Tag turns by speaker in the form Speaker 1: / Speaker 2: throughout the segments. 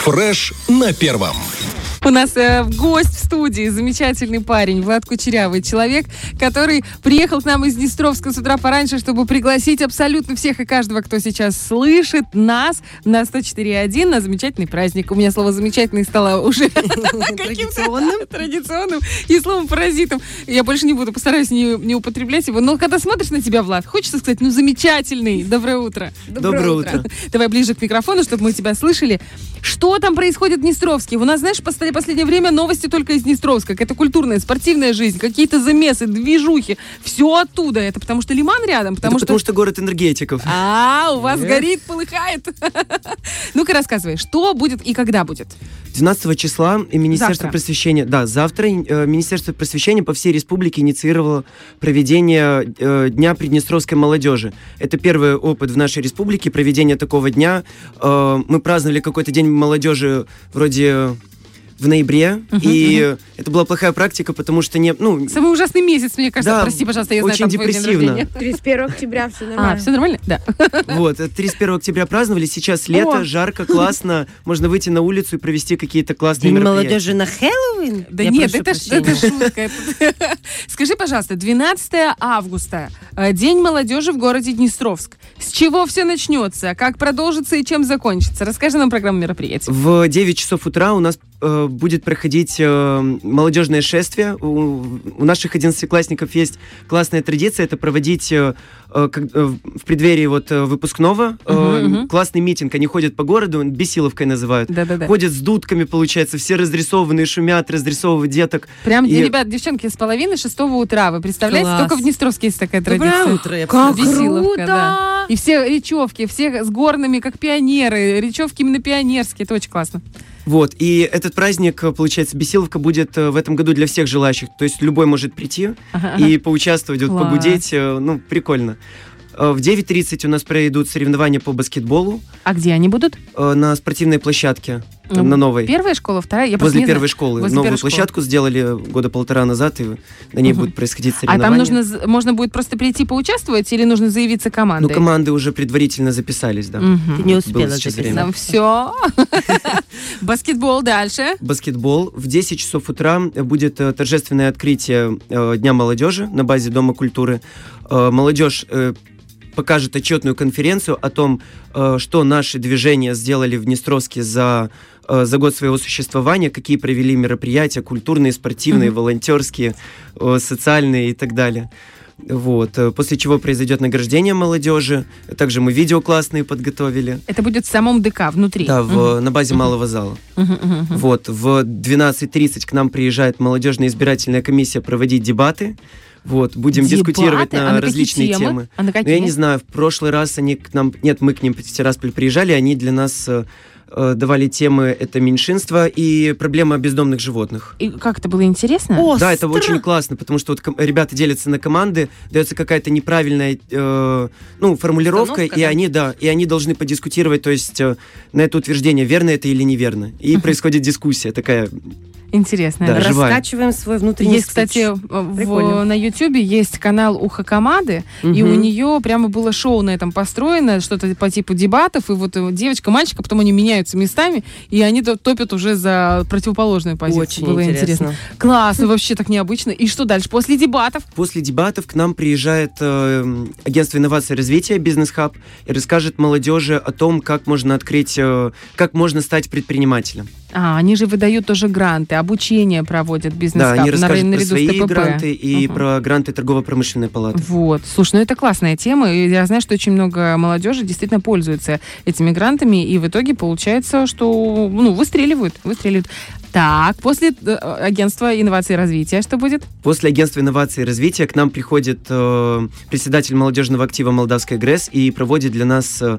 Speaker 1: Фреш на первом.
Speaker 2: У нас э, в гость в студии замечательный парень, Влад Кучерявый, человек, который приехал к нам из Днестровска с утра пораньше, чтобы пригласить абсолютно всех и каждого, кто сейчас слышит нас на 104.1 на замечательный праздник. У меня слово «замечательный» стало уже традиционным. традиционным и словом «паразитом». Я больше не буду, постараюсь не, не употреблять его. Но когда смотришь на тебя, Влад, хочется сказать, ну, замечательный, доброе утро.
Speaker 3: Доброе утро.
Speaker 2: Давай ближе к микрофону, чтобы мы тебя слышали. Что там происходит в Днестровске? У нас, знаешь, постоянно последнее время новости только из Днестровска. Это культурная, спортивная жизнь, какие-то замесы, движухи. Все оттуда. Это потому что лиман рядом, потому
Speaker 3: Это
Speaker 2: что...
Speaker 3: потому что город энергетиков.
Speaker 2: А, у вас
Speaker 3: Э.
Speaker 2: горит, полыхает. Ну-ка рассказывай, что будет и когда будет?
Speaker 3: 12 числа и Министерство
Speaker 2: Завтра.
Speaker 3: просвещения, да, завтра э, Министерство просвещения по всей республике инициировало проведение э, Дня Приднестровской молодежи. Это первый опыт в нашей республике проведения такого дня. Э, мы праздновали какой-то день молодежи вроде в ноябре, и это была плохая практика, потому что не, ну,
Speaker 2: Самый ужасный месяц, мне кажется.
Speaker 3: Да,
Speaker 2: Прости, пожалуйста, я знаю,
Speaker 3: очень
Speaker 2: там твой день
Speaker 3: депрессивно.
Speaker 2: рождения.
Speaker 4: 31 октября все нормально.
Speaker 2: А, все нормально? Да.
Speaker 3: Вот, э, 31 октября праздновали, сейчас лето,
Speaker 4: О.
Speaker 3: жарко, классно, можно выйти на улицу и провести какие-то классные
Speaker 5: День
Speaker 3: мероприятия.
Speaker 5: молодежи на Хэллоуин?
Speaker 2: Да
Speaker 5: Я
Speaker 2: нет,
Speaker 5: прошу
Speaker 2: это, ж-
Speaker 5: прощения.
Speaker 2: это шутка. Это- Скажи, пожалуйста, 12 августа, э, День молодежи в городе Днестровск. С чего все начнется? Как продолжится и чем закончится? Расскажи нам программу мероприятий.
Speaker 3: В 9 часов утра у нас э, будет проходить э, молодежное шествие. У, у наших одиннадцатиклассников есть классная традиция, это проводить э, э, как- э, в в преддверии вот э, выпускного э,
Speaker 2: Мгм, мгм.
Speaker 3: классный митинг. Они ходят по городу, бесиловкой называют.
Speaker 2: Да-да-да.
Speaker 3: Ходят с дудками, получается, все разрисованные, шумят, разрисовывают деток.
Speaker 2: Прям,
Speaker 3: И-
Speaker 2: ребят, девчонки, с половины шестого утра. Вы представляете,
Speaker 5: Класс.
Speaker 2: только в Днестровске есть такая традиция.
Speaker 5: Доброе утро. я
Speaker 2: Как
Speaker 5: бы сказала.
Speaker 2: веселовка, да. И все речевки, все с горными, как пионеры. Речевки именно пионерские. Это очень классно.
Speaker 3: Вот, и этот праздник, э, получается, бесиловка будет э, в этом году для всех желающих. То есть любой может прийти
Speaker 2: Ага,
Speaker 3: и поучаствовать, вот,
Speaker 2: Класс.
Speaker 3: погудеть. э, Ну, прикольно. Э, В 9.30 у нас пройдут соревнования по баскетболу
Speaker 2: ага. А где они будут?
Speaker 3: э, на спортивной площадке,
Speaker 2: Ну,
Speaker 3: там, на новой.
Speaker 2: Первая школа, вторая? Я просто
Speaker 3: возле
Speaker 2: не знаю.
Speaker 3: первой школы.
Speaker 2: Возле
Speaker 3: Новую
Speaker 2: первой школы.
Speaker 3: площадку сделали года полтора назад, и на ней
Speaker 2: Мгм.
Speaker 3: будут происходить
Speaker 2: А
Speaker 3: соревнования.
Speaker 2: там нужно, з- можно будет просто прийти поучаствовать или нужно заявиться
Speaker 3: Ну,
Speaker 2: командой?
Speaker 3: команды уже предварительно записались, да.
Speaker 5: Ты
Speaker 2: Мгм.
Speaker 5: не
Speaker 3: Было
Speaker 5: успела
Speaker 3: сейчас
Speaker 5: записать.
Speaker 3: время.
Speaker 2: Нам все. Баскетбол дальше.
Speaker 3: баскетбол. В 10 часов утра будет э, торжественное открытие э, Дня молодежи на базе Дома культуры. Э, Молодежь э, покажет отчетную конференцию о том, э, что наши движения сделали в Днестровске за, э, за год своего существования, какие провели мероприятия культурные, спортивные,
Speaker 2: Мгм.
Speaker 3: волонтерские, э, социальные и так далее. Вот. э, После чего произойдет награждение молодежи. Также мы видео классные подготовили.
Speaker 2: Это будет в самом ДК, внутри.
Speaker 3: Да, в, э,
Speaker 2: Мгм.
Speaker 3: на базе малого зала.
Speaker 2: Мгм, мгм, мгм.
Speaker 3: Вот, в 12.30 к нам приезжает молодежная избирательная комиссия проводить дебаты. Вот, будем
Speaker 2: Дебаты?
Speaker 3: дискутировать
Speaker 2: А
Speaker 3: на,
Speaker 2: какие
Speaker 3: различные темы.
Speaker 2: А на
Speaker 3: Но
Speaker 2: какие?
Speaker 3: я не знаю, в прошлый раз они к нам... Нет, мы к ним в Тирасполь приезжали, они для нас э, э, давали темы это меньшинство и проблема бездомных животных.
Speaker 2: И как это было интересно?
Speaker 5: Остро.
Speaker 3: Да, это очень классно, потому что вот ком- ребята делятся на команды, дается какая-то неправильная э, ну, формулировка,
Speaker 5: Установка,
Speaker 3: и
Speaker 5: да?
Speaker 3: они, да, и они должны подискутировать, то есть э, на это утверждение, верно это или неверно. И происходит дискуссия такая
Speaker 2: Интересно.
Speaker 3: Да,
Speaker 2: Раз-
Speaker 3: живая.
Speaker 5: Раскачиваем свой внутренний
Speaker 2: э, Есть, кстати,
Speaker 5: скетч.
Speaker 2: в-
Speaker 5: Прикольно.
Speaker 2: на Ютубе есть канал Ухо Команды, и у
Speaker 3: Мгм.
Speaker 2: нее прямо было шоу на этом построено, что-то по типу дебатов, и вот э, девочка, мальчика, потом они меняются местами, и они то- топят уже за противоположную позицию.
Speaker 5: Очень
Speaker 2: было интересно.
Speaker 5: интересно.
Speaker 2: Класс, и вообще так необычно. И что дальше? После дебатов?
Speaker 3: После дебатов к нам приезжает э, м, агентство инноваций и развития Бизнес Хаб и расскажет молодежи о том, как можно открыть, э, как можно стать предпринимателем.
Speaker 2: А, они же выдают тоже гранты, обучение проводят бизнес
Speaker 3: да, они
Speaker 2: на,
Speaker 3: расскажут про
Speaker 2: наряду с
Speaker 3: свои
Speaker 2: ТПП.
Speaker 3: гранты и
Speaker 2: Мгм.
Speaker 3: про гранты торгово-промышленной палаты.
Speaker 2: Вот, слушай, ну это классная тема, и я знаю, что очень много молодежи действительно пользуется этими грантами, и в итоге получается, что, ну, выстреливают, выстреливают. Так, после э, агентства инноваций и развития что будет?
Speaker 3: После агентства инноваций и развития к нам приходит э, председатель молодежного актива Молдавской ГРЭС и проводит для нас э,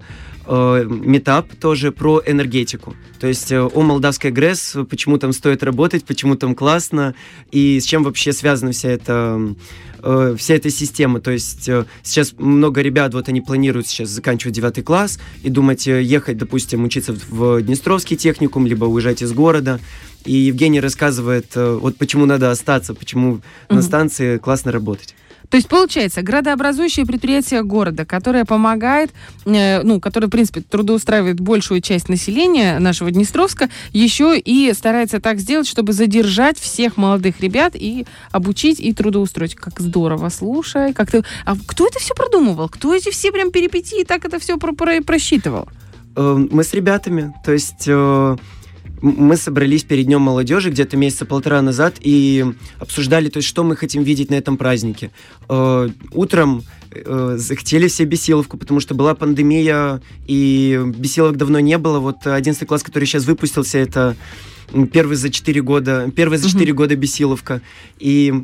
Speaker 3: э, метап тоже про энергетику. То есть э, о Молдавской ГРЭС, э, почему там стоит работать, почему там классно и с чем вообще связана вся эта э, вся эта система. То есть э, сейчас много ребят, вот они планируют сейчас заканчивать 9 класс и думать э, ехать, допустим, учиться в- в Днестровский техникум, либо уезжать из города. И Евгений рассказывает, э, вот почему надо остаться, почему на
Speaker 2: Мгм.
Speaker 3: станции классно работать.
Speaker 2: То есть получается, градообразующее предприятие города, которое помогает, э, ну, которое, в принципе, трудоустраивает большую часть населения нашего Днестровска, еще и старается так сделать, чтобы задержать всех молодых ребят и обучить и трудоустроить. Как здорово, слушай. Как ты... А кто это все продумывал? Кто эти все прям перипетии так это все про- про- просчитывал?
Speaker 3: Э, Мы с ребятами, то есть э, м- мы собрались перед Днем молодежи где-то месяца полтора назад и обсуждали, то есть, что мы хотим видеть на этом празднике. Э, Утром э, захотели все бесиловку, потому что была пандемия, и бесилок давно не было. Вот 11 класс, который сейчас выпустился, это м, первый за 4 года, первый за
Speaker 2: Мгм.
Speaker 3: 4 года бесиловка. И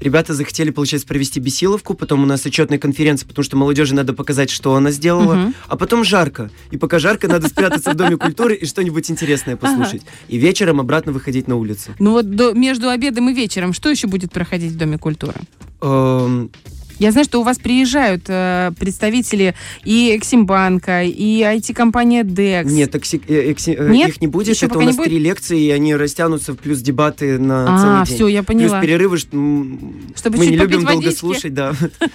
Speaker 3: ребята захотели, получается, провести бесиловку, потом у нас отчетная конференция, потому что молодежи надо показать, что она сделала.
Speaker 2: Мгм.
Speaker 3: А потом жарко. И пока жарко, надо спрятаться в Доме культуры и что-нибудь интересное послушать. И вечером обратно выходить на улицу.
Speaker 2: Ну вот до- между обедом и вечером что еще будет проходить в Доме культуры?
Speaker 3: Эм,
Speaker 2: Я знаю, что у вас приезжают э, представители и Эксимбанка, и IT-компания DEX.
Speaker 3: Нет, такси- э, экси- э,
Speaker 2: Нет?
Speaker 3: их не будет.
Speaker 2: Ещё
Speaker 3: Это
Speaker 2: пока
Speaker 3: у
Speaker 2: не
Speaker 3: нас
Speaker 2: будет?
Speaker 3: три лекции, и они растянутся в плюс дебаты на
Speaker 2: А,
Speaker 3: целый день.
Speaker 2: все, я
Speaker 3: Плюс
Speaker 2: поняла.
Speaker 3: перерывы, что, м,
Speaker 2: Чтобы
Speaker 3: мы
Speaker 2: чуть
Speaker 3: не
Speaker 2: попить
Speaker 3: любим долго
Speaker 2: водички.
Speaker 3: слушать, да.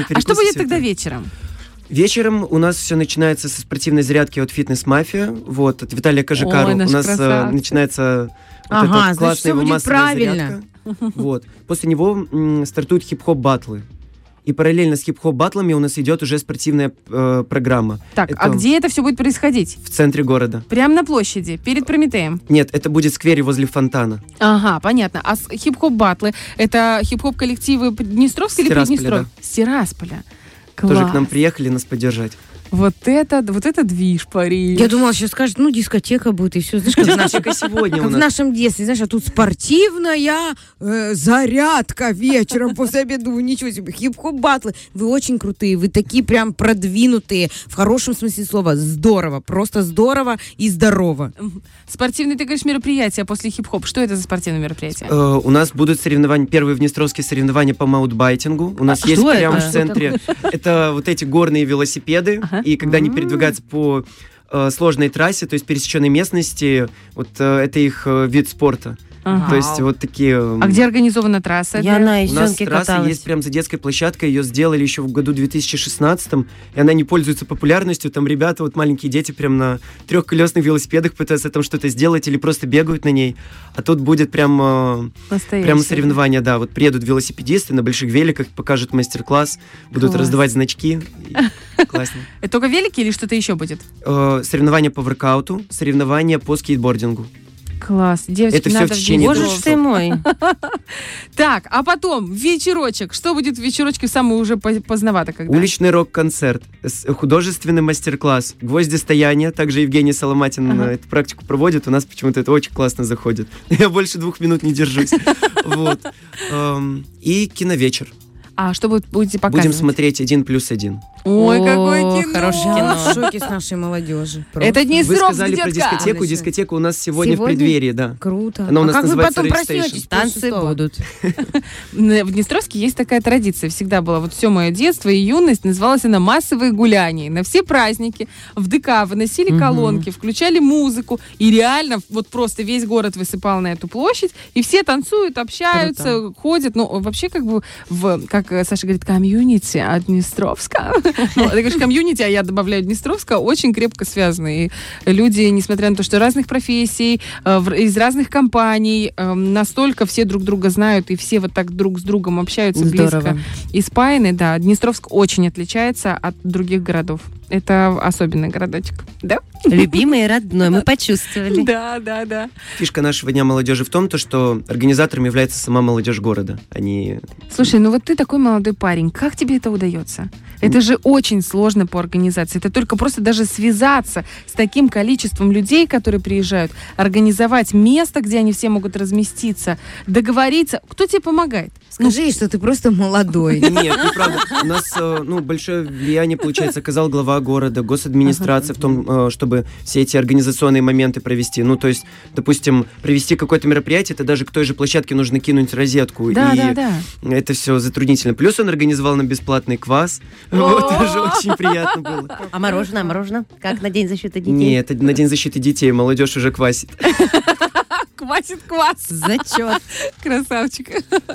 Speaker 2: А что
Speaker 3: перекусить
Speaker 2: будет
Speaker 3: всё
Speaker 2: тогда
Speaker 3: это.
Speaker 2: вечером?
Speaker 3: Вечером у нас все начинается со спортивной зарядки от Фитнес Мафия, вот от Виталия Кожикару.
Speaker 2: Ой,
Speaker 3: у
Speaker 2: наш
Speaker 3: нас э,
Speaker 2: красавчик.
Speaker 3: начинается вот
Speaker 5: Ага,
Speaker 3: эта вот
Speaker 5: значит,
Speaker 3: классная
Speaker 5: всё
Speaker 3: его
Speaker 5: будет
Speaker 3: массовая
Speaker 5: правильно.
Speaker 3: зарядка. Вот. После него м, стартуют хип-хоп батлы. И параллельно с хип-хоп батлами у нас идет уже спортивная э, программа
Speaker 2: Так, а
Speaker 3: Это-
Speaker 2: где это все будет происходить?
Speaker 3: в центре города.
Speaker 2: Прямо на площади, перед Прометеем.
Speaker 3: Нет, это будет в сквере возле фонтана.
Speaker 2: Ага, понятно. А с- хип-хоп батлы это хип-хоп коллективы Днестровска
Speaker 3: С
Speaker 2: или
Speaker 3: Тирасполя,
Speaker 2: Приднестровья? С Тирасполя. Класс.
Speaker 3: Тоже к нам приехали нас поддержать.
Speaker 2: Вот это, вот это движ, Париж.
Speaker 5: Я думала, сейчас скажет, ну, дискотека будет, и все. Знаешь, как, знаешь,
Speaker 3: Дискотека сегодня
Speaker 5: как
Speaker 3: у
Speaker 5: в
Speaker 3: нас.
Speaker 5: нашем детстве, знаешь, а тут спортивная э, зарядка вечером после обеда. Думаю, Ничего себе, хип-хоп батлы. Вы очень крутые, вы такие прям продвинутые. В хорошем смысле слова. Здорово, просто здорово и здорово.
Speaker 2: Спортивные, ты говоришь, мероприятия после хип-хоп. Что это за спортивные мероприятия?
Speaker 3: Э, У нас будут соревнования, первые внестровские соревнования по маутбайтингу. У нас
Speaker 2: А
Speaker 3: есть
Speaker 2: что это?
Speaker 3: прямо
Speaker 2: Что
Speaker 3: в центре. Это вот эти горные велосипеды.
Speaker 2: Ага.
Speaker 3: И когда они
Speaker 5: М.
Speaker 3: передвигаются по э, сложной трассе, то есть пересеченной местности, вот э, это их э, вид спорта.
Speaker 2: Ага.
Speaker 3: То есть вот такие... э,
Speaker 2: А где организована трасса? для-
Speaker 5: Я на
Speaker 3: у нас
Speaker 5: Исенке
Speaker 3: трасса
Speaker 5: каталась.
Speaker 3: есть прям за детской площадкой, ее сделали еще в году 2016, и она не пользуется популярностью, там ребята, вот маленькие дети прям на трехколесных велосипедах пытаются там что-то сделать или просто бегают на ней, а тут будет прям э,
Speaker 2: Настоящая.
Speaker 3: Прямо соревнования, да. Вот приедут велосипедисты на больших великах, покажут мастер-класс, будут
Speaker 2: Класс.
Speaker 3: раздавать значки. И- Классно.
Speaker 2: Это только велики или что-то еще будет?
Speaker 3: Э, Соревнования по воркауту, соревнования по скейтбордингу.
Speaker 2: Класс, девочки,
Speaker 3: Это всё
Speaker 2: надо
Speaker 3: в течение
Speaker 2: Днестровск.
Speaker 5: Боже ж ты мой.
Speaker 2: Так, а потом вечерочек. Что будет в вечерочке самое уже поз- поздновато, когда?
Speaker 3: Уличный рок-концерт, с- художественный мастер-класс, гвоздистояние. Также Евгений Соломатин
Speaker 2: Ага.
Speaker 3: э, эту практику проводит. У нас почему-то это очень классно заходит. Я больше двух минут не держусь. Вот. Эм, И киновечер.
Speaker 2: А что будет, будете
Speaker 3: Будем
Speaker 2: показывать?
Speaker 3: смотреть «Один плюс один».
Speaker 2: Ой,
Speaker 5: О,
Speaker 2: какое кино!
Speaker 5: Хорошее кино. в шоке с нашей молодежи. Просто.
Speaker 2: Это не
Speaker 3: Вы сказали про
Speaker 2: детка.
Speaker 3: дискотеку.
Speaker 5: Отлично.
Speaker 3: Дискотека у нас сегодня в
Speaker 5: Сегодня?
Speaker 3: преддверии, да.
Speaker 5: Круто.
Speaker 3: Она у
Speaker 5: а
Speaker 3: нас
Speaker 5: как вы
Speaker 3: называется
Speaker 5: потом
Speaker 3: Rave Station.
Speaker 5: проснетесь?
Speaker 2: Танцы
Speaker 5: полшестого?
Speaker 2: будут. Н- В Днестровске есть такая традиция. Всегда была. Вот все мое детство и юность называлась она массовые гуляния. На все праздники в ДК выносили
Speaker 5: Мгм.
Speaker 2: колонки, включали музыку. И реально вот просто весь город высыпал на эту площадь. И все танцуют, общаются, ходят. Ну, вообще как бы, в, как э, Саша говорит, комьюнити от Днестровска. Ну, Ты говоришь комьюнити, а я добавляю Днестровска, очень крепко связаны. И люди, несмотря на то, что разных профессий, э, в- из разных компаний, эм, настолько все друг друга знают и все вот так друг с другом общаются близко.
Speaker 5: Здорово.
Speaker 2: И спаяны, да, Днестровск очень отличается от других городов. Это особенный городочек. Да?
Speaker 1: Любимый и родной, мы почувствовали.
Speaker 2: Да, да, да.
Speaker 3: Фишка нашего Дня молодежи в том, то, что организатором является сама молодежь города. а Они...
Speaker 2: Слушай, ну вот ты такой молодой парень, как тебе это удается? Это же очень сложно по организации. Это только просто даже связаться с таким количеством людей, которые приезжают, организовать место, где они все могут разместиться, договориться. Кто тебе помогает?
Speaker 5: Скажи, ей, что ты просто молодой.
Speaker 3: Нет, ну правда. У нас э, ну, большое влияние, получается, оказал глава города, госадминистрация в том, э, чтобы все эти организационные моменты провести. Ну, то есть, допустим, провести какое-то мероприятие, это даже к той же площадке нужно кинуть розетку.
Speaker 2: Да,
Speaker 3: и
Speaker 2: да, да.
Speaker 3: это все затруднительно. Плюс он организовал нам бесплатный квас. Вот, тоже очень приятно было.
Speaker 1: А мороженое, мороженое? Как на День защиты
Speaker 3: А
Speaker 1: детей?
Speaker 3: Нет, это на День защиты детей молодежь уже квасит.
Speaker 2: хватит квас.
Speaker 1: Зачет.
Speaker 2: Красавчик.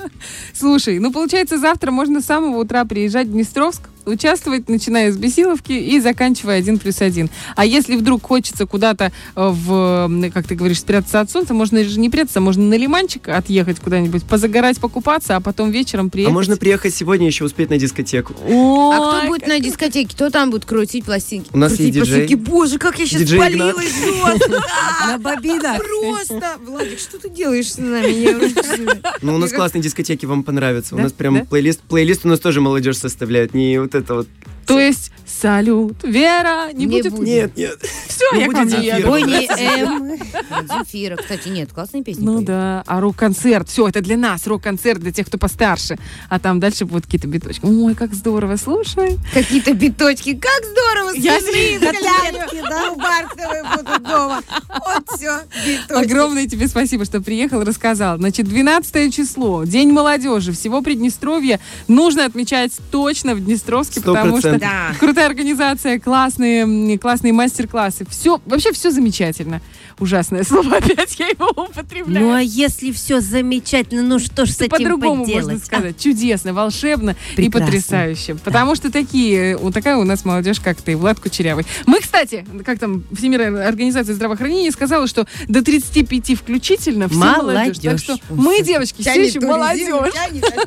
Speaker 2: Слушай, ну получается, завтра можно с самого утра приезжать в Днестровск, участвовать, начиная с Бесиловки и заканчивая один плюс один. А если вдруг хочется куда-то э, в, м, как ты говоришь, спрятаться от солнца, можно же не прятаться, можно на лиманчик отъехать куда-нибудь, позагорать, покупаться, а потом вечером
Speaker 3: А
Speaker 2: приехать.
Speaker 3: можно приехать сегодня еще успеть на дискотеку.
Speaker 2: Ой,
Speaker 5: А кто будет на дискотеке? Кто там будет крутить пластинки?
Speaker 3: У нас
Speaker 5: крутить
Speaker 3: есть диджей.
Speaker 5: пластинки? Боже, как я сейчас
Speaker 3: Диджей Игнат.
Speaker 5: спалилась жестко.
Speaker 1: На бобинах.
Speaker 5: Просто. Владик, что ты делаешь с нами? Я уже-
Speaker 3: Ну, у нас
Speaker 5: Мне
Speaker 3: классные дискотеки, вам понравятся. У
Speaker 2: Да?
Speaker 3: нас прям
Speaker 2: Да?
Speaker 3: плейлист. Плейлист у нас тоже молодежь составляет. Не вот это вот.
Speaker 2: То есть, салют, Вера, не,
Speaker 5: Не
Speaker 2: будет?
Speaker 5: будет.
Speaker 3: Нет, нет.
Speaker 2: Все,
Speaker 3: Не
Speaker 2: я
Speaker 3: будет
Speaker 2: к тебе
Speaker 3: эфира.
Speaker 2: еду.
Speaker 5: Ой, не М. Земфира. Кстати, нет, классные песни.
Speaker 2: Ну
Speaker 5: поют.
Speaker 2: да, а рок-концерт, все, это для нас, рок-концерт для тех, кто постарше. А там дальше будут какие-то биточки. Ой, как здорово, слушай.
Speaker 5: Какие-то биточки. Как здорово!
Speaker 2: Я
Speaker 5: свиные котлетки, да, у Барсовой будут дома. Вот все, биточки.
Speaker 2: Огромное тебе спасибо, что приехал, рассказал. Значит, 12 число, День молодежи, всего Приднестровья. Нужно отмечать точно в Днестровске,
Speaker 3: Сто
Speaker 2: потому что
Speaker 3: процентов.
Speaker 5: Да.
Speaker 2: крутая организация, классные, м, классные мастер-классы. Все, вообще все замечательно. Ужасное слово опять я его употребляю.
Speaker 1: Ну а если все замечательно, ну что ж с
Speaker 5: типа
Speaker 1: этим
Speaker 2: по-другому можно
Speaker 5: а?
Speaker 1: поделать?
Speaker 2: сказать. Чудесно, волшебно и
Speaker 1: Прекрасно.
Speaker 2: потрясающе. Потому что такие, вот такая у нас молодежь, как ты, Влад Кучерявый. Мы, кстати, как там Всемирная организация здравоохранения сказала, что до 35 включительно все молодежь. Так
Speaker 1: Молодежь.
Speaker 2: что мы, девочки, все еще
Speaker 5: ту резину,
Speaker 2: молодежь.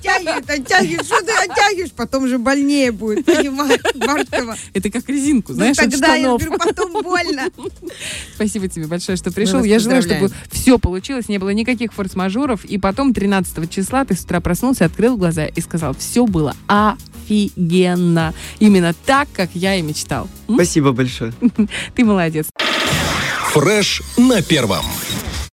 Speaker 5: Тянет, оттягивает, оттягивает. Что ты оттягиваешь? Потом же больнее будет, понимаешь, Барткова.
Speaker 2: Это как резинку,
Speaker 5: Ну
Speaker 2: знаешь, от
Speaker 5: тогда, я
Speaker 2: штанов.
Speaker 5: говорю, потом больно.
Speaker 2: Спасибо тебе большое, что пришел.
Speaker 5: вас
Speaker 2: Я желаю,
Speaker 5: поздравляем.
Speaker 2: чтобы все получилось, не было никаких форс-мажоров. И потом 13 числа ты с утра проснулся, открыл глаза и сказал, все было офигенно. Именно так, как я и мечтал. М?
Speaker 3: Спасибо большое.
Speaker 2: Ты молодец.
Speaker 4: Фреш на первом.